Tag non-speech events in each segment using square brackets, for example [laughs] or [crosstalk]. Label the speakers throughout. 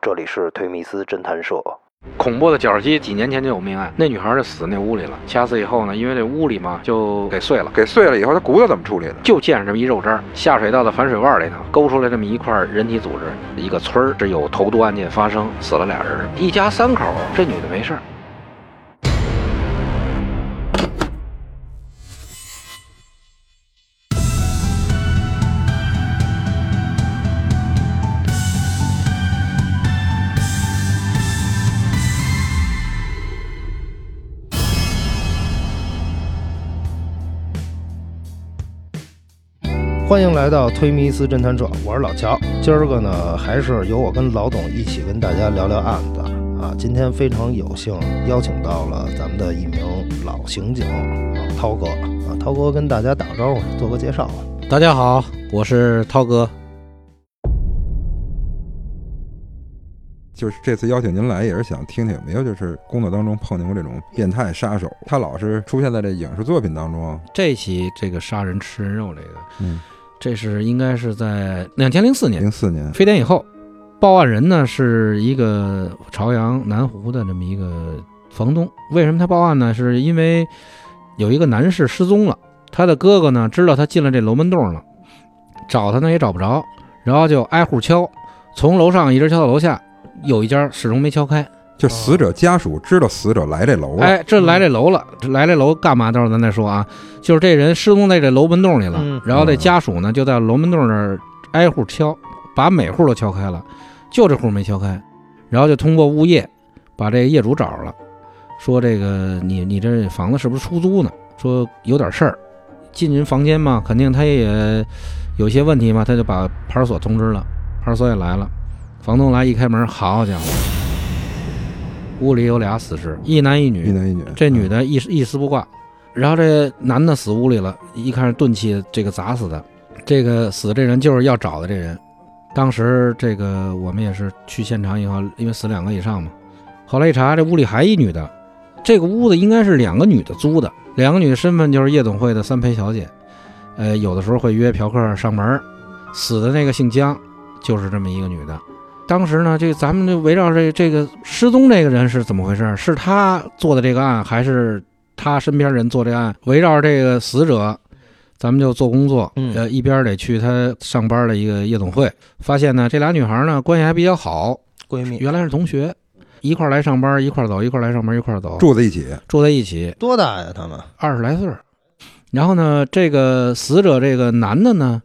Speaker 1: 这里是推密斯侦探社。
Speaker 2: 恐怖的绞尸机几年前就有命案，那女孩就死那屋里了。掐死以后呢，因为这屋里嘛就给碎了，
Speaker 3: 给碎了以后，它骨头怎么处理的？
Speaker 2: 就见着这么一肉渣儿，下水道的反水腕里头勾出来这么一块人体组织。一个村儿这有投毒案件发生，死了俩人，一家三口，这女的没事儿。
Speaker 4: 欢迎来到推迷斯侦探社，我是老乔。今儿个呢，还是由我跟老董一起跟大家聊聊案子啊。今天非常有幸邀请到了咱们的一名老刑警啊，涛哥啊，涛哥跟大家打个招呼，做个介绍吧。
Speaker 5: 大家好，我是涛哥。
Speaker 3: 就是这次邀请您来，也是想听听有没有就是工作当中碰见过这种变态杀手，他老是出现在这影视作品当中。
Speaker 5: 这起这个杀人吃人肉这个，
Speaker 3: 嗯，
Speaker 5: 这是应该是在两千零四年
Speaker 3: 零四年，
Speaker 5: 非典以后，报案人呢是一个朝阳南湖的这么一个房东。为什么他报案呢？是因为有一个男士失踪了，他的哥哥呢知道他进了这楼门洞了，找他呢也找不着，然后就挨户敲，从楼上一直敲到楼下，有一家始终没敲开。
Speaker 3: 就死者家属知道死者来这楼了，嗯
Speaker 5: 哎，这来这楼了，这来这楼干嘛？到时候咱再说啊。就是这人失踪在这楼门洞里了，
Speaker 4: 嗯
Speaker 5: 然后这家属呢就在楼门洞那儿挨户敲，把每户都敲开了，就这户没敲开，然后就通过物业把这业主找着了，说这个你你这房子是不是出租呢？说有点事儿，进人房间嘛，肯定他也有些问题嘛，他就把派出所通知了，派出所也来了，房东来一开门，好家伙，屋里有俩死尸，一男一女，
Speaker 3: 一男一女。嗯
Speaker 5: 这女的一一丝不挂，然后这男的死屋里了，一看是钝器这个砸死的，这个死的这人就是要找的这人。当时这个我们也是去现场以后，因为死两个以上嘛，后来一查这屋里还一女的，这个屋子应该是两个女的租的，两个女的身份就是夜总会的三陪小姐，呃，有的时候会约嫖客上门儿。死的那个姓姜，就是这么一个女的。当时呢，这咱们就围绕这这个失踪这个人是怎么回事儿？是他做的这个案，还是他身边人做这个案？围绕这个死者，咱们就做工作。
Speaker 4: 嗯
Speaker 5: 呃，一边儿得去他上班的一个夜总会，发现呢，这俩女孩儿呢关系还比较好，
Speaker 4: 闺蜜
Speaker 5: 原来是同学，一块儿来上班，一块儿走，一块儿来上班，一块儿走，
Speaker 3: 住在一起，
Speaker 5: 住在一起。
Speaker 4: 多大呀？他们
Speaker 5: 二十来岁儿。然后呢，这个死者这个男的呢，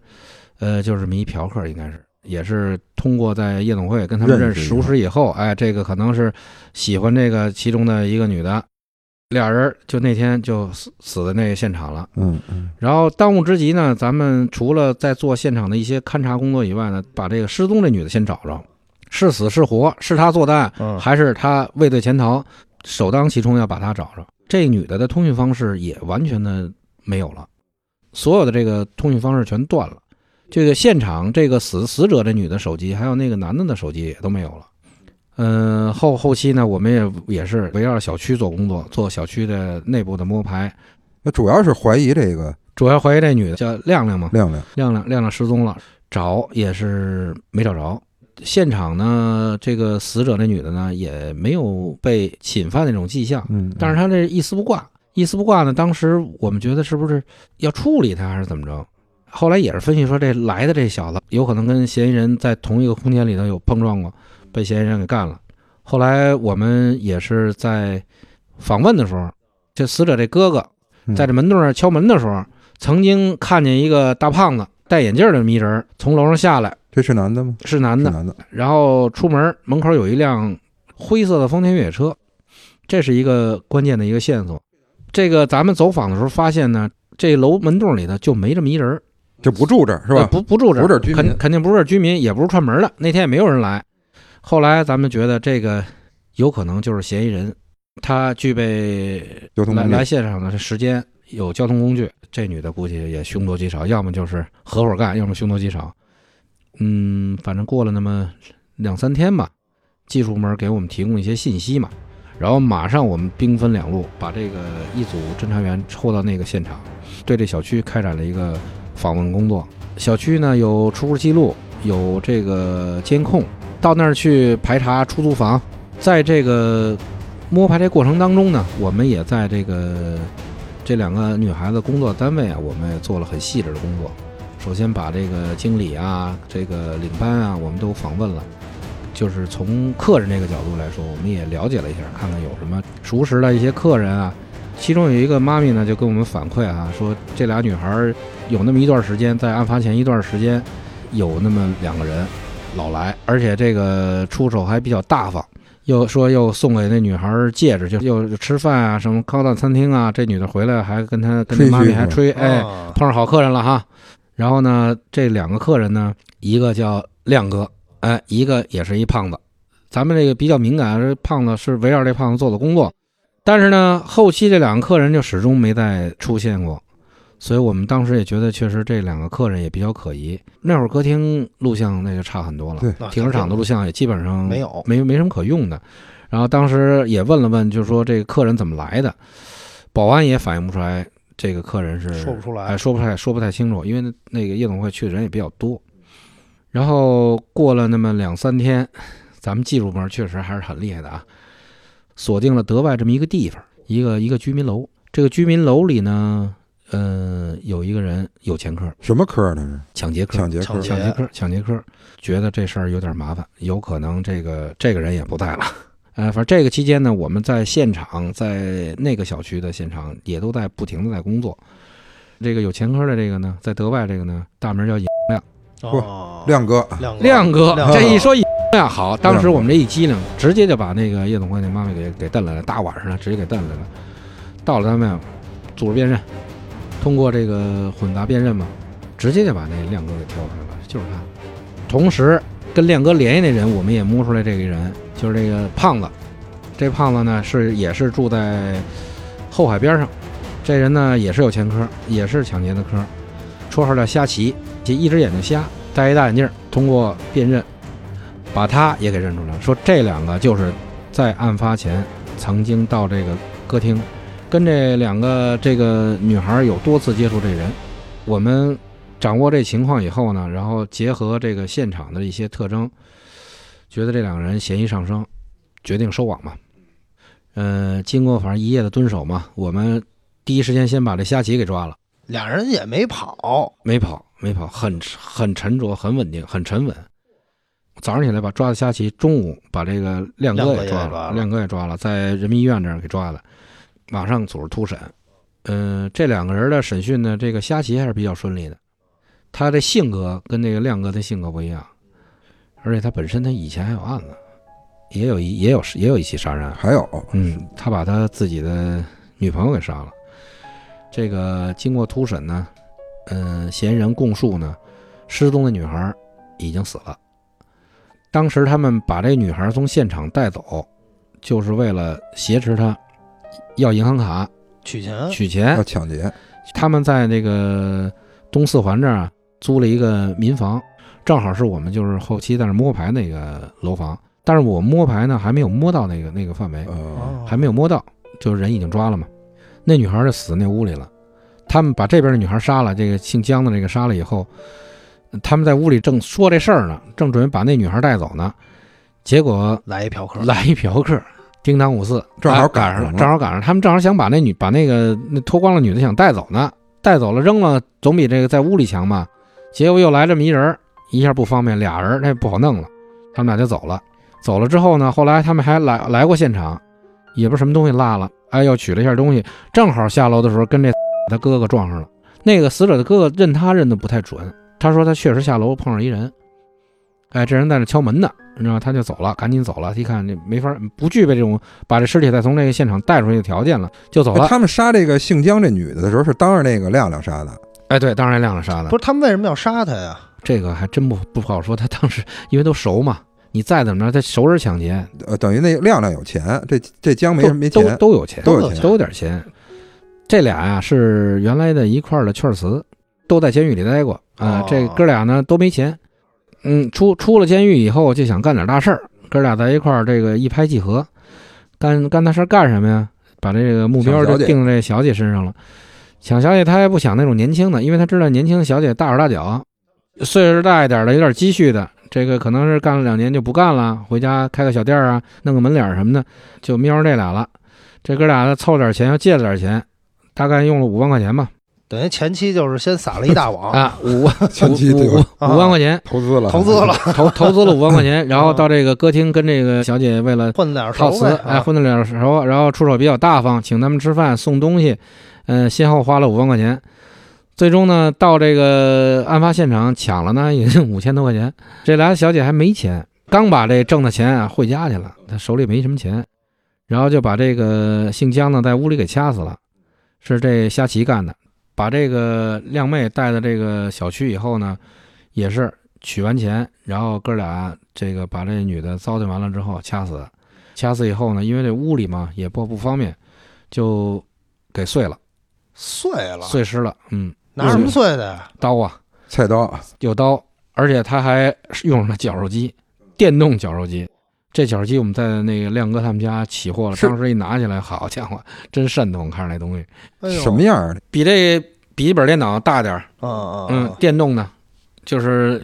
Speaker 5: 呃，就是这么一嫖客，应该是也是通过在夜总会跟他们认
Speaker 3: 认识
Speaker 5: 识
Speaker 3: 一下
Speaker 5: 熟识以后，哎，这个可能是喜欢这个其中的一个女的，俩人就那天就死死在那个现场了。
Speaker 3: 嗯嗯，
Speaker 5: 然后当务之急呢，咱们除了在做现场的一些勘查工作以外呢，把这个失踪这女的先找着，是死是活，是她做的案，
Speaker 4: 嗯
Speaker 5: 还是她畏罪潜逃，首当其冲要把她找着。这女的的通讯方式也完全的没有了，所有的这个通讯方式全断了。这个现场，这个死死者这女的手机，还有那个男的的手机也都没有了。嗯、后后期呢，我们也也是围绕着小区做工作，做小区的内部的摸排，
Speaker 3: 那主要是怀疑这个
Speaker 5: 主要怀疑这女的叫亮亮嘛，
Speaker 3: 亮亮，
Speaker 5: 亮亮亮亮失踪了，找也是没找着。现场呢，这个死者那女的呢也没有被侵犯那种迹象，
Speaker 3: 嗯，
Speaker 5: 但是她这一丝不挂，一丝不挂呢，当时我们觉得是不是要处理她还是怎么着？后来也是分析说，这来的这小子有可能跟嫌疑人在同一个空间里头有碰撞过，被嫌疑人给干了。后来我们也是在访问的时候，这死者这哥哥
Speaker 3: 嗯
Speaker 5: 在这门洞那儿敲门的时候，曾经看见一个大胖子戴眼镜儿的迷人儿从楼上下来，
Speaker 3: 这是男的吗？
Speaker 5: 是男
Speaker 3: 是
Speaker 5: 的，
Speaker 3: 男的，
Speaker 5: 然后出门门口有一辆灰色的丰田越野车，这是一个关键的一个线索。这个咱们走访的时候发现呢，这楼门洞里头就没这么一人儿，
Speaker 3: 就不住这儿是
Speaker 5: 呃
Speaker 3: 吧？
Speaker 5: 不不住这儿，
Speaker 3: 不是这儿居民
Speaker 5: 肯肯定不是这儿居民，也不是串门的。那天也没有人来。后来咱们觉得这个有可能就是嫌疑人，他具备
Speaker 3: 交通
Speaker 5: 来
Speaker 3: 工
Speaker 5: 来
Speaker 3: 具，
Speaker 5: 现场的这时间有交通工具，这女的估计也凶多吉少，要么就是合伙干，要么凶多吉少。嗯，反正过了那么两三天吧，技术部门给我们提供一些信息嘛，然后马上我们兵分两路，把这个一组侦查员抽到那个现场，对这小区开展了一个访问工作。小区呢有出入记录，有这个监控，到那儿去排查出租房，在这个摸排这过程当中呢，我们也在这个这两个女孩子工作单位啊，我们也做了很细致的工作。首先把这个经理啊、这个领班啊，我们都访问了。就是从客人这个角度来说，我们也了解了一下，看看有什么熟识的一些客人啊。其中有一个妈咪呢，就跟我们反馈啊，说这俩女孩儿有那么一段时间，在案发前一段时间，有那么两个人老来，而且这个出手还比较大方，又说又送给那女孩儿戒指，就又吃饭啊，什么高档餐厅啊，这女的回来还跟她跟她
Speaker 3: 吹嘘
Speaker 5: 妈咪还
Speaker 3: 是吧
Speaker 5: 吹，哎，
Speaker 4: 啊
Speaker 5: 碰上好客人了哈。然后呢，这两个客人呢，一个叫亮哥，哎，一个也是一胖子。咱们这个比较敏感，这胖子是围绕这胖子做的工作。但是呢，后期这两个客人就始终没再出现过，所以我们当时也觉得，确实这两个客人也比较可疑。那会儿歌厅录像那就差很多了，
Speaker 3: 对
Speaker 4: 那
Speaker 5: 停车场的录嗯像也基本上
Speaker 4: 没有
Speaker 5: 没没什么可用的。然后当时也问了问，就是说这个客人怎么来的，保安也反映不出来这个客人是
Speaker 4: 说不出来
Speaker 5: 哎，说不太说不太清楚，因为那那个夜总会去的人也比较多。然后过了那么两三天，咱们技术部门确实还是很厉害的啊，锁定了德外这么一个地方，一个一个居民楼。这个居民楼里呢，呃，有一个人有前科，
Speaker 3: 什么科啊？他是
Speaker 5: 抢劫客，
Speaker 3: 抢劫科
Speaker 4: 抢，
Speaker 5: 抢
Speaker 4: 劫
Speaker 5: 劫科，抢劫科，觉得这事儿有点麻烦，有可能这个这个人也不在了。呃，反正这个期间呢，我们在现场，在那个小区的现场也都在不停的在工作。这个有前科的这个呢，在德外这个呢，大名叫尹
Speaker 4: 哦
Speaker 3: 亮哥，
Speaker 4: 亮哥
Speaker 5: 亮哥。
Speaker 4: 亮哥
Speaker 5: 这一说尹亮好，当时
Speaker 3: 亮哥
Speaker 5: 我们这一机灵，直接就把那个夜总会那妈咪给给蹬来了，大晚上的直接给蹬来了。到了单位，组织辨认，通过这个混杂辨认嘛，直接就把那亮哥给挑出来了，就是他。同时跟亮哥联系那人，我们也摸出来这个人，就是这个胖子。这胖子呢是也是住在后海边上，这人呢也是有前科，也是抢劫的科，绰号叫瞎奇，这一只眼睛瞎，戴一大眼镜儿。通过辨认，把他也给认出来了，说这两个就是在案发前曾经到这个歌厅跟这两个这个女孩有多次接触这人，我们掌握这情况以后呢，然后结合这个现场的一些特征，觉得这两个人嫌疑上升，决定收网吧。嗯、经过反正一夜的蹲守嘛，我们第一时间先把这虾奇给抓了，
Speaker 4: 俩人也没跑，
Speaker 5: 没跑，没跑，很很沉着，很稳定，很沉稳。早上起来把抓的虾奇，中午把这个亮哥
Speaker 4: 亮哥也
Speaker 5: 也
Speaker 4: 抓
Speaker 5: 抓
Speaker 4: 了
Speaker 5: 了，亮哥也抓了，在人民医院这儿给抓了，马上组织突审。嗯、这两个人的审讯呢，这个虾奇还是比较顺利的。他的性格跟那个亮哥的性格不一样，而且他本身他以前还有案子，也有一也有也有一起杀人案。
Speaker 3: 还有
Speaker 5: 嗯，他把他自己的女朋友给杀了。这个经过突审呢，嗯、嫌疑人供述呢，失踪的女孩儿已经死了。当时他们把这女孩儿从现场带走，就是为了挟持她要银行卡
Speaker 4: 取钱
Speaker 5: 取钱
Speaker 3: 要。抢劫，
Speaker 5: 他们在那个东四环这儿啊租了一个民房，正好是我们就是后期在那儿摸排那个楼房，但是我摸排呢还没有摸到那个那个范围。
Speaker 3: 呃，
Speaker 4: 哦
Speaker 5: 还没有摸到，就是人已经抓了嘛。那女孩儿就死那屋里了。他们把这边的女孩杀了，这个姓江的这个杀了以后，他们在屋里正说这事儿呢，正准备把那女孩带走呢，结果
Speaker 4: 来一嫖客，
Speaker 5: 来一嫖客，叮当五四，
Speaker 3: 正好
Speaker 5: 哎
Speaker 3: 赶
Speaker 5: 赶
Speaker 3: 上了
Speaker 5: 了，正好赶上，他们正好想把那女把那个那脱光了女的想带走呢，带走了扔了，总比这个在屋里强吧。结果又来这么一人儿，一下不方便，俩人儿那不好弄了，他们俩就走了。走了之后呢，后来他们还来来过现场，也不是什么东西落了，哎，又取了一下东西，正好下楼的时候跟这他哥哥撞上了。那个死者的哥哥认他认的不太准，他说他确实下楼碰上一人，哎，这人在那敲门呢，你知道吗，他就走了，赶紧走了。一看这没法，不具备这种把这尸体再从这个现场带出去的条件了，就走
Speaker 3: 哎
Speaker 5: 了。
Speaker 3: 他们杀这个姓江这女的的时候，是当着那个亮亮杀的，
Speaker 5: 哎，对，当然亮了杀的
Speaker 4: 不，是他们为什么要杀他呀？
Speaker 5: 这个还真不不好说。他当时因为都熟嘛，你再怎么着，他熟人抢劫，
Speaker 3: 呃，等于那亮亮有钱，这这江没
Speaker 5: 都
Speaker 3: 什么没
Speaker 5: 都
Speaker 3: 钱，
Speaker 5: 都有钱，
Speaker 3: 都有
Speaker 5: 有
Speaker 3: 钱
Speaker 5: 都有点钱。这俩呀、是原来的一块儿的圈儿词，都在监狱里待过啊、
Speaker 4: 哦
Speaker 5: 这哥俩呢都没钱，嗯，出出了监狱以后就想干点大事儿，哥俩在一块儿这个一拍即合，干干大事儿干什么呀？把这个目标
Speaker 3: 抢小
Speaker 5: 就
Speaker 3: 姐
Speaker 5: 定在这小姐身上了。抢小姐，他也不想那种年轻的，因为他知道年轻的小姐大手大脚，岁数大一点的有点积蓄的，这个可能是干了两年就不干了，回家开个小店儿啊，弄个门脸儿什么的，就瞄上这俩了。这哥俩凑点钱，又借了点钱，大概用了五万块钱吧。
Speaker 4: 等于前期就是先撒了一大网，
Speaker 5: 啊，五
Speaker 3: [laughs]
Speaker 5: 万
Speaker 3: 前期
Speaker 5: 五
Speaker 3: 这
Speaker 5: 五
Speaker 3: 个
Speaker 5: 五万块钱
Speaker 3: 投资了，
Speaker 4: 投资
Speaker 5: [laughs]
Speaker 4: 了，
Speaker 5: 投投资了五万块
Speaker 3: [laughs]
Speaker 5: 钱，然
Speaker 3: 啊
Speaker 5: 后到这个歌厅跟这个小姐为了
Speaker 4: 混点儿
Speaker 5: 套
Speaker 4: 熟
Speaker 5: 词，
Speaker 4: 呗。
Speaker 5: 哎，
Speaker 4: 啊
Speaker 5: 混得了熟，然后出手比较大方，请他们吃饭送东西，嗯、先后花了五万块钱。最终呢，到这个案发现场抢了呢，也就五千多块钱。这俩小姐还没钱，刚把这挣的钱啊汇家去了，她手里没什么钱，然后就把这个姓姜呢在屋里给掐死了，是这瞎棋干的。把这个靓妹带到这个小区以后呢，也是取完钱，然后哥俩这个把这女的糟践完了之后掐死的。掐死以后呢，因为这屋里嘛也不不方便，就给碎了，
Speaker 4: 碎了，
Speaker 5: 碎尸了。嗯，
Speaker 4: 拿什么碎的呀？
Speaker 5: 刀啊，
Speaker 3: 菜刀，
Speaker 5: 有刀，而且他还用上了绞肉机，电动绞肉机。这绞肉机我们在那个亮哥他们家起货了，
Speaker 3: 是
Speaker 5: 当时一拿起来，好家伙，真瘆得慌！看着那东西，
Speaker 4: 哎呦，
Speaker 3: 什么样儿的？
Speaker 5: 比这笔记本电脑大点儿，
Speaker 4: 啊？嗯
Speaker 5: 嗯
Speaker 4: 嗯，，
Speaker 5: 电动的，就是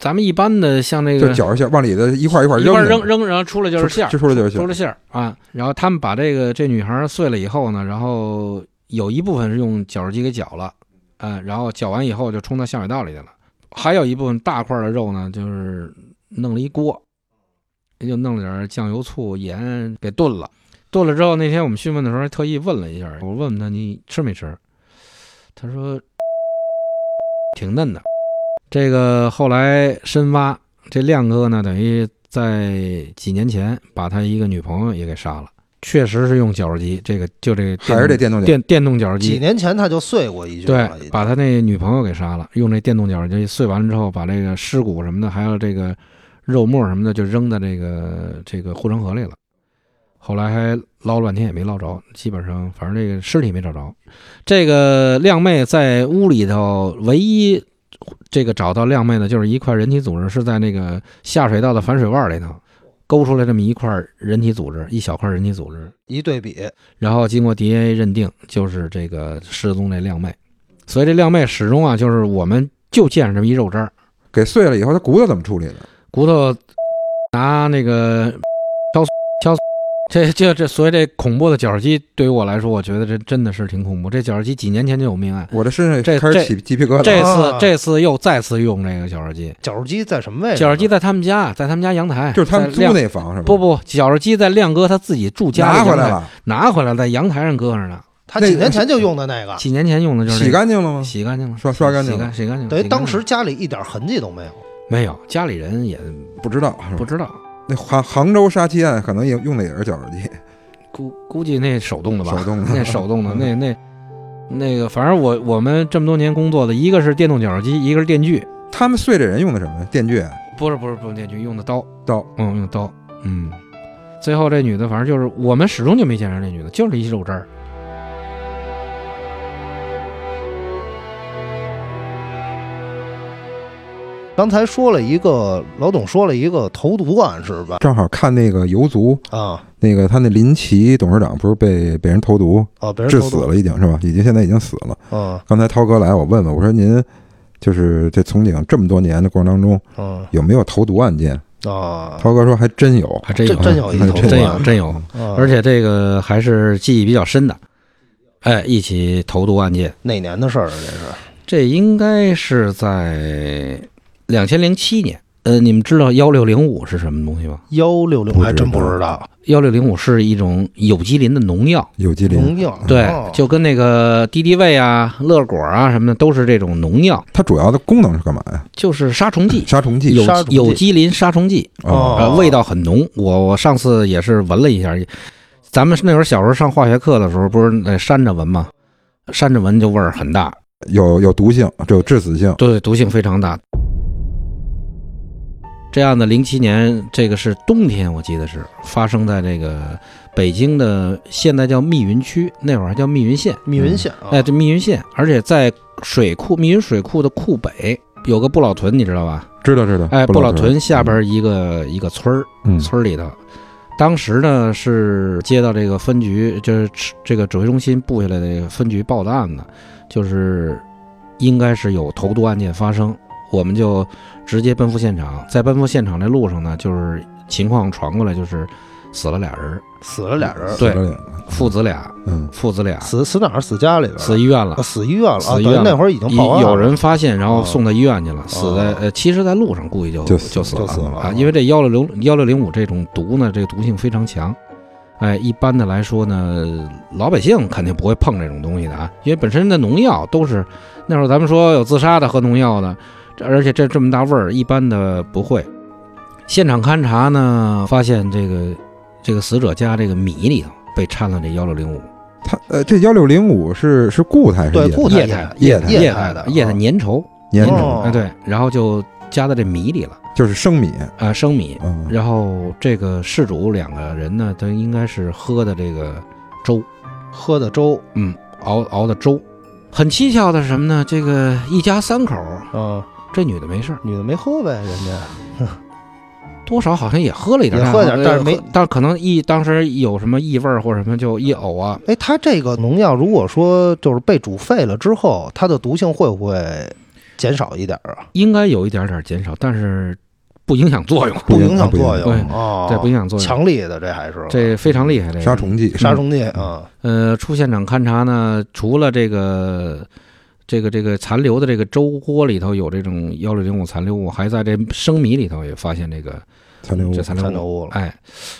Speaker 5: 咱们一般的像那
Speaker 3: 就
Speaker 5: 个
Speaker 3: 绞着馅儿往里的一块儿一块儿
Speaker 5: 一块
Speaker 3: 扔
Speaker 5: 儿扔
Speaker 3: 着
Speaker 5: 扔，然后出来就是
Speaker 3: 出
Speaker 5: 馅儿，
Speaker 3: 就出来就是馅儿
Speaker 5: 出了馅儿啊。然后他们把这个这女孩碎了以后呢，然后有一部分是用绞肉机给绞了，嗯，然后绞完以后就冲到下水道里去了。还有一部分大块的肉呢，就是弄了一锅，也就弄了点酱油、醋、盐给炖了。炖了之后，那天我们询问的时候还特意问了一下，我问问他你吃没吃，他说挺嫩的。这个后来深挖，这亮哥呢，等于在几年前把他一个女朋友也给杀了，确实是用绞肉机，这个就这个电
Speaker 3: 还是这电动绞
Speaker 5: 电电动绞肉
Speaker 4: 几
Speaker 5: 机，
Speaker 4: 年前他就碎过一句
Speaker 5: 对
Speaker 4: 了，已经，
Speaker 5: 把他那女朋友给杀了，用这电动绞肉机碎完了之后，把这个尸骨什么的，还有这个肉末什么的，就扔在这个这个护城河里了。后来还捞了半天也没捞着，基本上反正这个尸体没找着。这个靓妹在屋里头唯一这个找到靓妹的，就是一块人体组织，是在那个下水道的反水腕里头勾出来这么一块人体组织，一小块人体组织。
Speaker 4: 一对比，
Speaker 5: 然后经过 DNA 认定，就是这个失踪这靓妹。所以这靓妹始终啊，就是我们就见着这么一肉渣儿，
Speaker 3: 给碎了以后，它骨头怎么处理的？
Speaker 5: 骨头拿那个 [laughs] 敲敲，这这这，所以这恐怖的绞肉机对于我来说，我觉得这真的是挺恐怖。这绞肉机几年前就有命案，
Speaker 3: 我这身上
Speaker 5: 这
Speaker 3: 开始
Speaker 5: 这
Speaker 3: 起鸡皮疙瘩了。
Speaker 5: 这次
Speaker 4: 啊
Speaker 5: 这次又再次用这个绞肉机，
Speaker 4: 绞肉机在什么位置呢？
Speaker 5: 绞肉机在他们家，在他们家阳台，
Speaker 3: 就是他们
Speaker 5: 在
Speaker 3: 租
Speaker 5: 亮
Speaker 3: 那房是吧？
Speaker 5: 不不，绞肉机在亮哥他自己住家里
Speaker 3: 拿回
Speaker 5: 阳
Speaker 3: 来
Speaker 5: 台，
Speaker 3: 了，
Speaker 5: 拿回来在阳台上搁着呢。
Speaker 4: 他几年前就用的
Speaker 3: 啊
Speaker 4: 那个，
Speaker 5: 几年前用的就是那
Speaker 3: 洗
Speaker 5: 个
Speaker 3: 干净了吗？
Speaker 5: 洗干净了，
Speaker 3: 刷刷干净
Speaker 5: 洗
Speaker 3: 了
Speaker 5: 干洗干净了。
Speaker 4: 等于
Speaker 5: 洗干
Speaker 4: 当
Speaker 5: 净了
Speaker 4: 时家里一点痕迹都没有。
Speaker 5: 没有，家里人也
Speaker 3: 不知道是
Speaker 5: 不
Speaker 3: 吧？
Speaker 5: 知道，
Speaker 3: 那杭杭州杀妻案可能也用的也是绞肉机，
Speaker 5: 估估计那手动的吧，
Speaker 3: 手动
Speaker 5: [laughs]
Speaker 3: 的
Speaker 5: 那手动的，那那那个，反正我我们这么多年工作的，一个是电动绞肉机，一个是电锯，
Speaker 3: 他们碎这人用的什么？电锯、啊
Speaker 5: 不是不是不是电锯，用的刀，
Speaker 3: 刀。
Speaker 5: 嗯，用的刀，嗯。最后这女的，反正就是我们始终就没见着这女的，就是一肉渣儿。
Speaker 4: 刚才说了一个老董说了一个投毒案是吧？
Speaker 3: 正好看那个游族，
Speaker 4: 啊
Speaker 3: 那个他那林奇董事长不是被被人投毒
Speaker 4: 啊，别人
Speaker 3: 致
Speaker 4: 投
Speaker 3: 死
Speaker 4: 毒
Speaker 3: 了，已经是吧？已经现在已经死了。
Speaker 4: 嗯
Speaker 3: 刚才涛哥来，我问问，我说您就是这从警这么多年的过程当中，
Speaker 4: 嗯
Speaker 3: 有没有投毒案件？
Speaker 4: 啊，
Speaker 3: 涛哥说还真有，
Speaker 5: 还真
Speaker 4: 这
Speaker 5: 有，啊
Speaker 4: 真有一
Speaker 3: 嗯
Speaker 4: 投
Speaker 3: 真
Speaker 4: 毒
Speaker 5: 真
Speaker 4: 案
Speaker 5: 有，，真有，
Speaker 4: 嗯
Speaker 5: 而且这个还是记忆比较深的。哎，一起投毒案件，
Speaker 4: 哪年的事儿啊？这是
Speaker 5: 这应该是在两千零七年。呃，你们知道幺六零五是什么东西吗？
Speaker 4: 幺六零，
Speaker 3: 不
Speaker 4: 还真不
Speaker 3: 知道
Speaker 4: 知道
Speaker 5: 幺六零五是一种有机磷的农药，
Speaker 3: 有吉林
Speaker 4: 农，药
Speaker 5: 对
Speaker 4: 哦，
Speaker 5: 就跟那个敌敌畏啊、乐果啊什么的都是这种农药，
Speaker 3: 它主要的功能是干嘛呀？
Speaker 5: 就是杀虫剂，
Speaker 3: 杀虫剂
Speaker 5: 有
Speaker 4: 杀虫剂
Speaker 5: 有机磷杀虫剂，
Speaker 3: 哦
Speaker 5: 呃，味道很浓。我我上次也是闻了一下，咱们那会儿小时候上化学课的时候，不是呃得扇着闻吗？扇着闻就味儿很大，
Speaker 3: 有有毒性，这有致死性。
Speaker 5: 对，毒性非常大。这样的零七年，这个是冬天，我记得是发生在这个北京的，现在叫密云区，那会儿还叫密云县。
Speaker 4: 密云县啊，
Speaker 5: 哎，这密云县，而且在水库密云水库的库北有个布老屯，你知道吧？
Speaker 3: 知道知道。
Speaker 5: 哎，布老
Speaker 3: 老
Speaker 5: 屯下，边一个一个村儿，
Speaker 3: 嗯，
Speaker 5: 村儿里头，当时呢是接到这个分局，就是这个指挥中心布下来的分局报的案子，就是应该是有投毒案件发生。我们就直接奔赴现场。在奔赴现场这路上呢，就是情况传过来，就是死了俩人，
Speaker 4: 死了俩人，
Speaker 5: 嗯对
Speaker 3: 死了两个，
Speaker 5: 父子俩，
Speaker 3: 嗯，
Speaker 5: 父子俩
Speaker 4: 死死哪儿？死家里边儿，
Speaker 5: 死医院了
Speaker 4: 啊，死医院了，啊
Speaker 5: 死医院
Speaker 4: 对
Speaker 5: 了
Speaker 4: 那会儿已经报案了，
Speaker 5: 有人发现，然后
Speaker 4: 哦
Speaker 5: 送到医院去了，死在
Speaker 4: 哦
Speaker 5: 呃，其实，在路上估计就
Speaker 3: 就死
Speaker 5: 就死
Speaker 4: 就死
Speaker 5: 了
Speaker 4: 了
Speaker 5: 啊，因为这幺六零幺六零五这种毒呢，这个毒性非常强。哎，一般的来说呢，老百姓肯定不会碰这种东西的啊，因为本身的农药都是那会儿咱们说有自杀的喝农药的，这而且这这么大味儿，一般的不会。现场勘查呢，发现这个这个死者家这个米里头被掺了这幺六零五，
Speaker 3: 他呃，这幺六零五是是固态，
Speaker 4: 啊对固态
Speaker 5: 液态
Speaker 3: 液
Speaker 4: 态
Speaker 3: 态
Speaker 5: 液
Speaker 4: 态的
Speaker 5: 的液态
Speaker 4: 啊
Speaker 5: 粘稠，
Speaker 3: 粘稠，
Speaker 4: 哦
Speaker 5: 哎，对，然后就加到这米里了，
Speaker 3: 就是生米，
Speaker 5: 啊、生米。
Speaker 3: 嗯，
Speaker 5: 然后这个事主两个人呢，他应该是喝的这个粥，
Speaker 4: 喝的粥，
Speaker 5: 嗯，熬熬的粥。很蹊跷的是什么呢？这个一家三口，
Speaker 4: 嗯，
Speaker 5: 这女的没事儿，
Speaker 4: 女的没喝呗，人家
Speaker 5: 多少好像也喝了一点儿，
Speaker 4: 也喝了点儿
Speaker 5: 呃
Speaker 4: 但是没
Speaker 5: 喝但是可能一当时有什么异味儿或者什么，就一呕啊，
Speaker 4: 哎，它这个农药如果说就是被煮沸了之后，它的毒性会不会减少一点儿啊？
Speaker 5: 应该有一点点减少，但是不影响作用，
Speaker 3: 不影
Speaker 4: 影响作
Speaker 5: 不影
Speaker 4: 用
Speaker 5: 响
Speaker 4: 哦，
Speaker 5: 对，不影响作用，
Speaker 4: 强力的这还是
Speaker 5: 这非常厉害，这个
Speaker 3: 杀虫剂，嗯
Speaker 4: 杀虫剂啊，
Speaker 5: 呃，出现场勘查呢，除了这个这个这个残留的这个粥锅里头有这种幺六零五残留物，还在这生米里头也发现这个
Speaker 3: 残留物
Speaker 5: 这，残留
Speaker 4: 残
Speaker 5: 物。
Speaker 4: 留物了。
Speaker 5: 哎，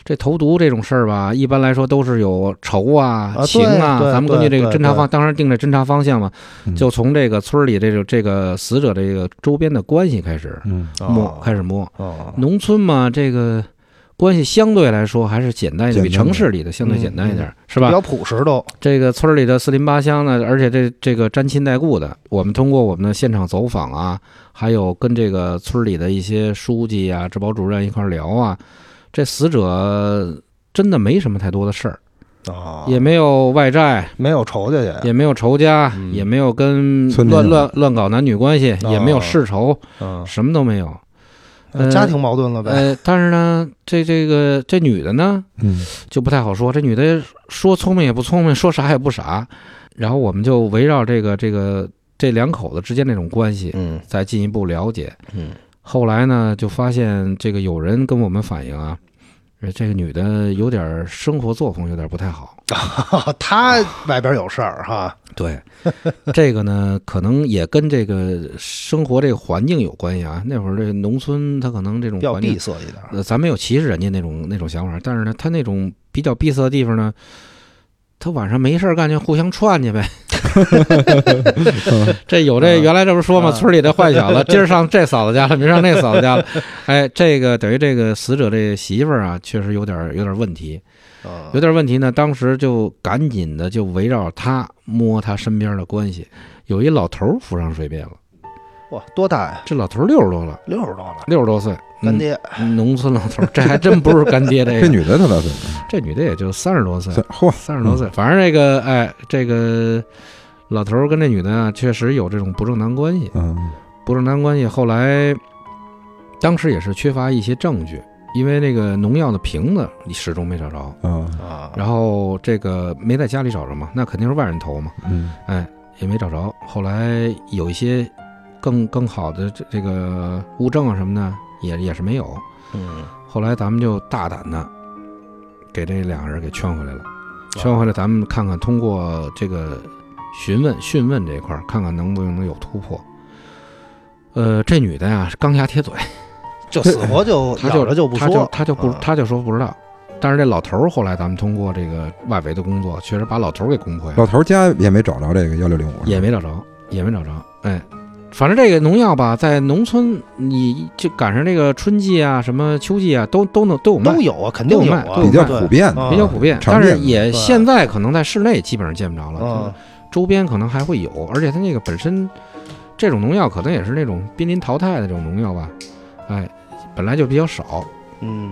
Speaker 5: 这投毒这种事儿吧，一般来说都是有仇啊、
Speaker 4: 啊
Speaker 5: 情啊。
Speaker 4: 对对
Speaker 5: 咱们根据这个
Speaker 4: 对
Speaker 5: 侦查
Speaker 4: 对
Speaker 5: 方，当然定的侦查方向嘛，
Speaker 3: 嗯
Speaker 5: 就从这个村儿里这个这个死者这个周边的关系开始
Speaker 3: 嗯，
Speaker 5: 摸，
Speaker 4: 哦
Speaker 5: 开始摸。
Speaker 4: 哦，
Speaker 5: 农村嘛，这个关系相对来说还是简单一点，比
Speaker 3: 简单
Speaker 5: 城市里的相对简单一点，是吧
Speaker 4: 比？较朴实都
Speaker 5: 这个村儿里的四邻八乡呢，而且这这个沾亲带故的，我们通过我们的现场走访啊，还有跟这个村儿里的一些书记啊、治保主任一块儿聊啊，这死者真的没什么太多的事儿，
Speaker 4: 啊，
Speaker 5: 也没有外债，
Speaker 4: 没有仇家去，
Speaker 5: 也没有仇家，
Speaker 4: 嗯啊
Speaker 5: 也没有跟
Speaker 3: 村里
Speaker 5: 乱
Speaker 3: 人
Speaker 5: 乱乱搞男女关系，也没有世仇，
Speaker 4: 嗯，
Speaker 5: 什么都没有。呃
Speaker 4: 家庭矛盾了呗，
Speaker 5: 呃，但是呢，这这个这女的呢，
Speaker 3: 嗯，
Speaker 5: 就不太好说。这女的说聪明也不聪明，说傻也不傻。然后我们就围绕这个这个这两口子之间这种关系，
Speaker 4: 嗯
Speaker 5: 再进一步了解。
Speaker 4: 嗯，
Speaker 5: 后来呢，就发现这个有人跟我们反映啊，呃这个女的有点儿生活作风有点儿不太好。
Speaker 4: [laughs] 他外边有事儿哈， [laughs]
Speaker 5: 对， [laughs] 这个呢，可能也跟这个生活这个环境有关系啊。那会儿这农村，它可能这种
Speaker 4: [laughs] 比较
Speaker 5: 环境
Speaker 4: 闭塞一点儿，
Speaker 5: 呃，咱没有歧视人家那种那种想法，但是呢，他那种比较闭塞的地方呢，他晚上没事儿干就互相串
Speaker 4: [laughs]
Speaker 5: 去呗。这有这
Speaker 4: 嗯
Speaker 5: 原来这不是说嘛，
Speaker 4: 嗯
Speaker 5: 村里的坏小子，
Speaker 4: [laughs]
Speaker 5: 今儿上这嫂子家了，明儿上那嫂子家了。哎，这个等于这个死者这媳妇儿啊，确实有点有点问题，
Speaker 4: 嗯
Speaker 5: 有点问题呢。当时就赶紧的就围绕他摸他身边的关系，有一老头儿浮上水面了，
Speaker 4: 哇，多大呀？
Speaker 5: 这老头儿六十多了，
Speaker 4: 六十多了，
Speaker 5: 六十多岁，
Speaker 4: 干
Speaker 5: 嗯
Speaker 4: 爹
Speaker 5: 农村老头儿，这还真不是干
Speaker 4: [laughs]
Speaker 5: 爹这
Speaker 3: 这
Speaker 5: 个。嗯
Speaker 3: 女的她多岁？
Speaker 5: 这女的也就三十多岁
Speaker 3: 三，嚯，
Speaker 5: 三十多岁，反正这个哎，这个老头儿跟这女的啊，确实有这种不正当关系，
Speaker 3: 嗯，
Speaker 5: 不正当关系。后来，当时也是缺乏一些证据，因为那个农药的瓶子你始终没找着，
Speaker 3: 啊，
Speaker 4: 啊，
Speaker 5: 嗯然后这个没在家里找着嘛，那肯定是外人投嘛，
Speaker 3: 嗯，
Speaker 5: 哎，也没找着。后来有一些更更好的这这个物证啊什么的，也也是没有。
Speaker 4: 嗯，
Speaker 5: 后来咱们就大胆的给这两个人给劝回来了，劝
Speaker 4: 啊
Speaker 5: 回来咱们看看通过这个询问讯问这一块儿，看看能不能有突破。呃，这女的呀，刚牙铁嘴，
Speaker 4: 就死活就
Speaker 5: 她
Speaker 4: 哦咬
Speaker 5: 就
Speaker 4: 着就不
Speaker 5: 她就
Speaker 4: 说，
Speaker 5: 她就不
Speaker 4: 啊
Speaker 5: 她就说不知道。但是这老头儿后来咱们通过这个外围的工作，确实把老头儿给攻破了
Speaker 4: 哦
Speaker 3: 老头儿家也没找着这个幺六零五，
Speaker 5: 也没找着，也没找着。哎，反正这个农药吧，在农村你就赶上这个春季啊、什么秋季啊，都都能都有卖
Speaker 4: 都，有啊，肯定有啊，
Speaker 5: 都有
Speaker 3: 比较
Speaker 5: 卖
Speaker 3: 普遍的，
Speaker 5: 比较普遍。
Speaker 3: 常
Speaker 5: 但是
Speaker 3: 见的
Speaker 5: 也
Speaker 4: 对
Speaker 5: 现在可能在室内基本上见不着了，
Speaker 4: 嗯，
Speaker 5: 周边可能还会有，而且它那个本身这种农药可能也是那种濒临淘汰的这种农药吧，哎，本来就比较少，
Speaker 4: 嗯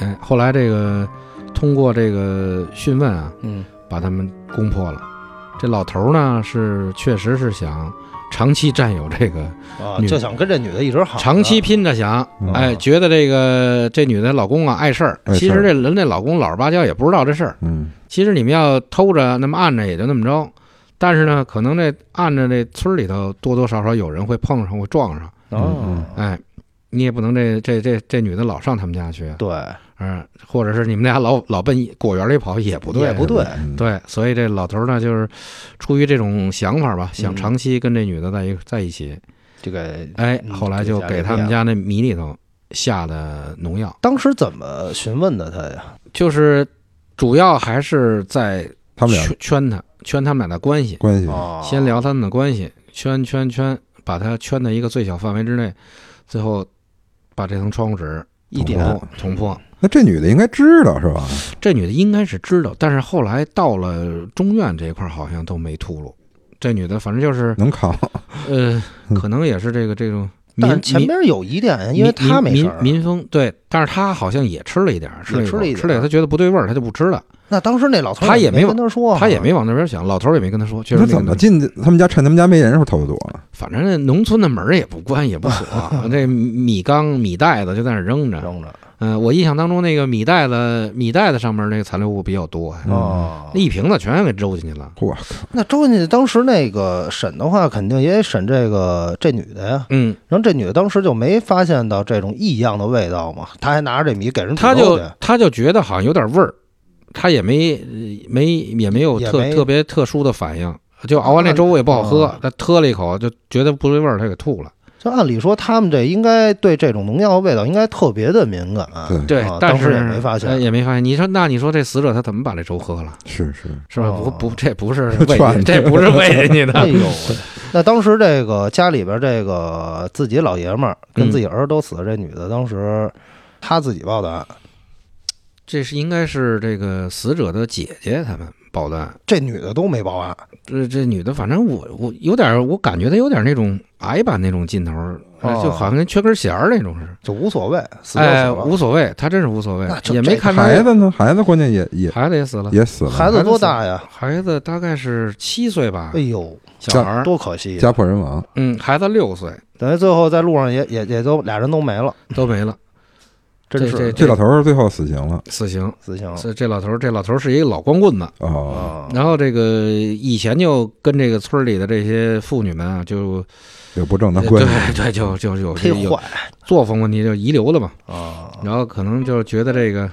Speaker 5: 哎，后来这个通过这个讯问啊，
Speaker 4: 嗯，
Speaker 5: 把他们攻破了。这老头儿呢是确实是想长期占有这个，
Speaker 4: 啊，
Speaker 5: 女
Speaker 4: 就想跟这女的一直好，啊
Speaker 5: 长期拼着想，
Speaker 3: 嗯
Speaker 5: 哎，觉得这个这女的老公啊碍事儿，
Speaker 3: 碍事儿
Speaker 5: 其实这人这老公老实巴交也不知道这事儿。
Speaker 3: 嗯，
Speaker 5: 其实你们要偷着那么按着也就那么着，但是呢，可能这按着这村里头多多少少有人会碰上，会撞上，
Speaker 4: 哦，
Speaker 5: 哎，你也不能这这这这女的老上他们家去，
Speaker 4: 对，
Speaker 5: 嗯，或者是你们俩老老奔果园里跑也不对，
Speaker 4: 也
Speaker 5: 啊
Speaker 4: 不对，
Speaker 3: 嗯，
Speaker 5: 对，所以这老头儿呢，就是出于这种想法吧，想
Speaker 4: 嗯
Speaker 5: 长期跟这女的在一在一起，
Speaker 4: 这个
Speaker 5: 哎，
Speaker 4: 嗯
Speaker 5: 后来就给他们家那米里头下的农药，
Speaker 4: 当时怎么询问的他呀？
Speaker 5: 就是主要还是在
Speaker 3: 他们俩
Speaker 5: 圈圈他，圈他们俩的关系，
Speaker 3: 关系，
Speaker 4: 哦，
Speaker 5: 先聊他们的关系，圈圈圈，把他圈在一个最小范围之内，最后把这层窗户纸
Speaker 4: 一
Speaker 5: 捅
Speaker 4: 点
Speaker 5: 破，捅破。
Speaker 3: 那这女的应该知道是吧？
Speaker 5: 这女的应该是知道，但是后来到了中院这一块儿好像都没秃噜。这女的反正就是
Speaker 3: 能扛，
Speaker 5: 呃，可能也是这个这种民
Speaker 4: 嗯 [laughs] 但是前
Speaker 5: 民
Speaker 4: 边有疑点，因为他没事
Speaker 5: 民
Speaker 4: 儿啊。
Speaker 5: 民民风对，但是她好像也吃了一点儿，吃了
Speaker 4: 也吃了一
Speaker 5: 一口
Speaker 4: 点儿
Speaker 5: 吃了，她觉得不对味儿，她就不吃了，
Speaker 4: 那当时那老头儿
Speaker 5: 他也没
Speaker 4: 没跟他说啊，
Speaker 5: 她也没往那边想，老头儿也没跟她说，确实没
Speaker 3: 那怎
Speaker 5: 跟她
Speaker 3: 么
Speaker 5: 说
Speaker 3: 进去他们家？趁他们家没人时候偷的多，
Speaker 5: 反正那农村的门儿也不关也
Speaker 4: [laughs]
Speaker 5: 不锁，这米缸米袋子就在那儿扔着。
Speaker 4: 扔着
Speaker 5: 嗯、我印象当中那个米袋子米袋子上面那个残留物比较多，哎
Speaker 3: 嗯
Speaker 4: 哦
Speaker 5: 那。一瓶子全给周进去了。
Speaker 3: 嚯，
Speaker 4: 那周进去当时那个审的话，肯定也得审这个这女的呀。
Speaker 5: 嗯，
Speaker 4: 然后这女的当时就没发现到这种异样的味道嘛，她还拿着这米给人
Speaker 5: 他
Speaker 4: 土豆
Speaker 5: 就
Speaker 4: 去
Speaker 5: 他就觉得好像有点味儿，他也没没也没有
Speaker 4: 也
Speaker 5: 特
Speaker 4: 没
Speaker 5: 特别特殊的反应，就熬完那粥也不好喝
Speaker 4: 啊，
Speaker 5: 他喝了一口就觉得不对味儿，他给吐了。
Speaker 4: 就按理说，他们这应该对这种农药的味道应该特别的敏感、
Speaker 3: 对
Speaker 5: 对
Speaker 4: 啊，
Speaker 5: 但
Speaker 4: 当时
Speaker 5: 是
Speaker 4: 也没发现
Speaker 5: 哦呃也没发现。你说那你说这死者他怎么把这粥喝了？
Speaker 3: 是是，
Speaker 5: 是吧？不
Speaker 4: 哦
Speaker 5: 不，这不
Speaker 4: [laughs]
Speaker 5: 是
Speaker 3: 劝
Speaker 5: 喂
Speaker 3: 你
Speaker 5: 人，这不是喂人家
Speaker 4: 哎
Speaker 5: 的。
Speaker 4: 呦喂，那当时这个家里边这个自己老爷们儿跟自己儿子都死了，这女的当时她自己报的啊案，
Speaker 5: 这是应该是这个死者的姐姐他们报的案。
Speaker 4: 这女的都没报案。
Speaker 5: 这这女的，反正我我有点儿，我感觉她有点儿那种矮板那种劲头儿，呃
Speaker 4: 哦
Speaker 5: 就好像跟缺根弦儿那种似的。
Speaker 4: 就无所谓，死就死
Speaker 5: 哎，
Speaker 4: 了。
Speaker 5: 无所谓，他真是无所谓
Speaker 4: 那，这
Speaker 5: 也没看出
Speaker 3: 孩
Speaker 5: 来。
Speaker 3: 子呢？孩子关键也也
Speaker 5: 啊孩子也死了，
Speaker 3: 也死了，
Speaker 4: 孩子多大呀？
Speaker 5: 孩子大概是七岁吧
Speaker 4: 哎，呦，
Speaker 5: 小孩儿。
Speaker 4: 多可惜！
Speaker 3: 家破人亡，
Speaker 5: 嗯，孩子六岁
Speaker 4: 等于最后在路上也也也都俩人都没了，
Speaker 5: 都没了，
Speaker 4: 真
Speaker 5: 这
Speaker 4: 是
Speaker 5: 这
Speaker 3: 这老头儿最后死刑了
Speaker 5: 死刑。
Speaker 4: 死刑
Speaker 5: 这这老头儿，这老头儿是一个老光棍子。
Speaker 3: 哦，
Speaker 4: 啊！
Speaker 5: 然后这个以前就跟这个村儿里的这些妇女们啊，就
Speaker 3: 有不正当关系，
Speaker 5: 对对，就就嗯有
Speaker 4: 忒
Speaker 5: 有
Speaker 4: 坏
Speaker 5: 作风问题，就遗留了嘛。
Speaker 4: 啊！
Speaker 5: 然后可能就觉得这个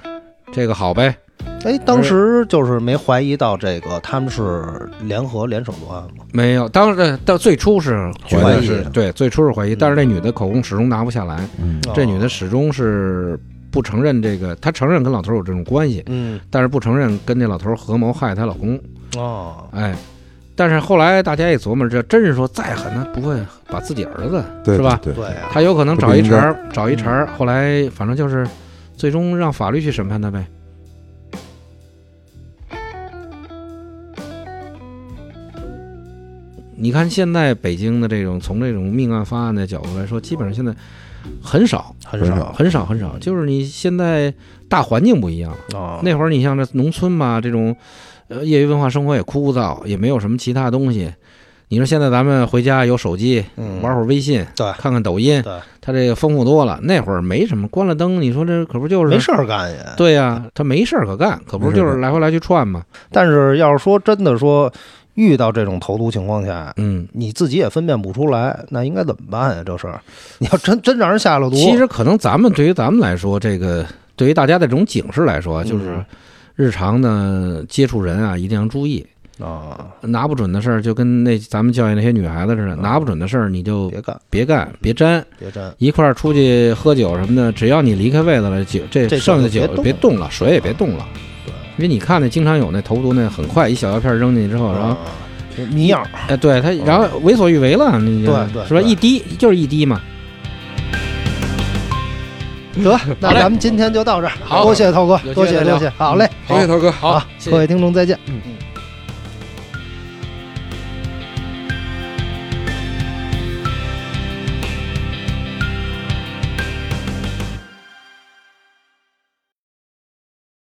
Speaker 5: 这个好呗，
Speaker 4: 哎，当时就是没怀疑到这个他们是联合联手作案吗？
Speaker 5: 没有。当时到最初是觉
Speaker 3: 怀
Speaker 5: 得
Speaker 4: 疑
Speaker 5: 是对，最初是怀疑，但是这女的口供始终拿不下来。
Speaker 3: 嗯，
Speaker 5: 这女的始终是不承认这个，她承认跟老头儿有这种关系，
Speaker 4: 嗯
Speaker 5: 但是不承认跟这老头儿合谋害她老公。
Speaker 4: 哦，
Speaker 5: 哎，但是后来大家一琢磨，这真是说再狠，他不会把自己儿子
Speaker 3: 对
Speaker 5: 是吧？
Speaker 3: 对，
Speaker 4: 对呀，
Speaker 5: 他有可能找一茬儿，找一
Speaker 4: 嗯
Speaker 5: 茬儿。后来反正就是，最终让法律去审判他呗。你看现在北京的这种，从这种命案发案的角度来说，基本上现在很少，
Speaker 4: 很少
Speaker 5: 很少很少，就是你现在大环境不一样了。
Speaker 4: 啊。
Speaker 5: 那会儿你像这农村嘛，这种呃业余文化生活也枯燥，也没有什么其他东西。你说现在咱们回家有手机，
Speaker 4: 嗯
Speaker 5: 玩会儿微信，
Speaker 4: 对
Speaker 5: 看看抖音，
Speaker 4: 对
Speaker 5: 他这个丰富多了。那会儿没什么，关了灯，你说这可不就是
Speaker 4: 没事儿干也，
Speaker 5: 对呀、他没事儿可干，可不是
Speaker 3: 没事
Speaker 5: 就
Speaker 3: 儿
Speaker 5: 是来回来去串嘛。
Speaker 4: 但是要是说真的说遇到这种投毒情况下，
Speaker 5: 嗯，
Speaker 4: 你自己也分辨不出来，那应该怎么办呀？这事儿， [laughs] 你要真真让人下了毒，
Speaker 5: 其实可能咱们对于咱们来说，这个对于大家的这种警示来说，啊就是
Speaker 4: 嗯
Speaker 5: 日常的接触人啊，一定要注意，
Speaker 4: 啊，
Speaker 5: 拿不准的事儿就跟那咱们教育那些女孩子似
Speaker 4: 嗯
Speaker 5: 的，拿不准的事儿你就
Speaker 4: 别干，
Speaker 5: 别干，别沾。
Speaker 4: 别沾，
Speaker 5: 一块儿出去喝酒什么的，只要你离开位子了，酒这
Speaker 4: 这
Speaker 5: 剩下的酒
Speaker 4: 酒就别动了
Speaker 5: 别动了，水也别动了，
Speaker 4: 对，
Speaker 5: 因为你看那经常有那投毒那很快一小药片扔进去之后，然后
Speaker 4: 啊迷样儿，
Speaker 5: 哎对他，然后为所欲为了，你就
Speaker 4: 对对
Speaker 5: 是吧？
Speaker 4: 对
Speaker 5: 一滴就是一滴嘛。
Speaker 4: 得，那
Speaker 5: 好嘞
Speaker 4: 咱们今天就到这儿，
Speaker 5: 好
Speaker 4: 多谢涛哥
Speaker 5: 有，机会
Speaker 4: 多谢
Speaker 5: 再
Speaker 4: 多
Speaker 5: 聊嗯
Speaker 4: 谢，好嘞，
Speaker 3: 谢谢涛哥。
Speaker 5: 好，谢谢
Speaker 4: 各位听众再见。
Speaker 5: 嗯
Speaker 4: 嗯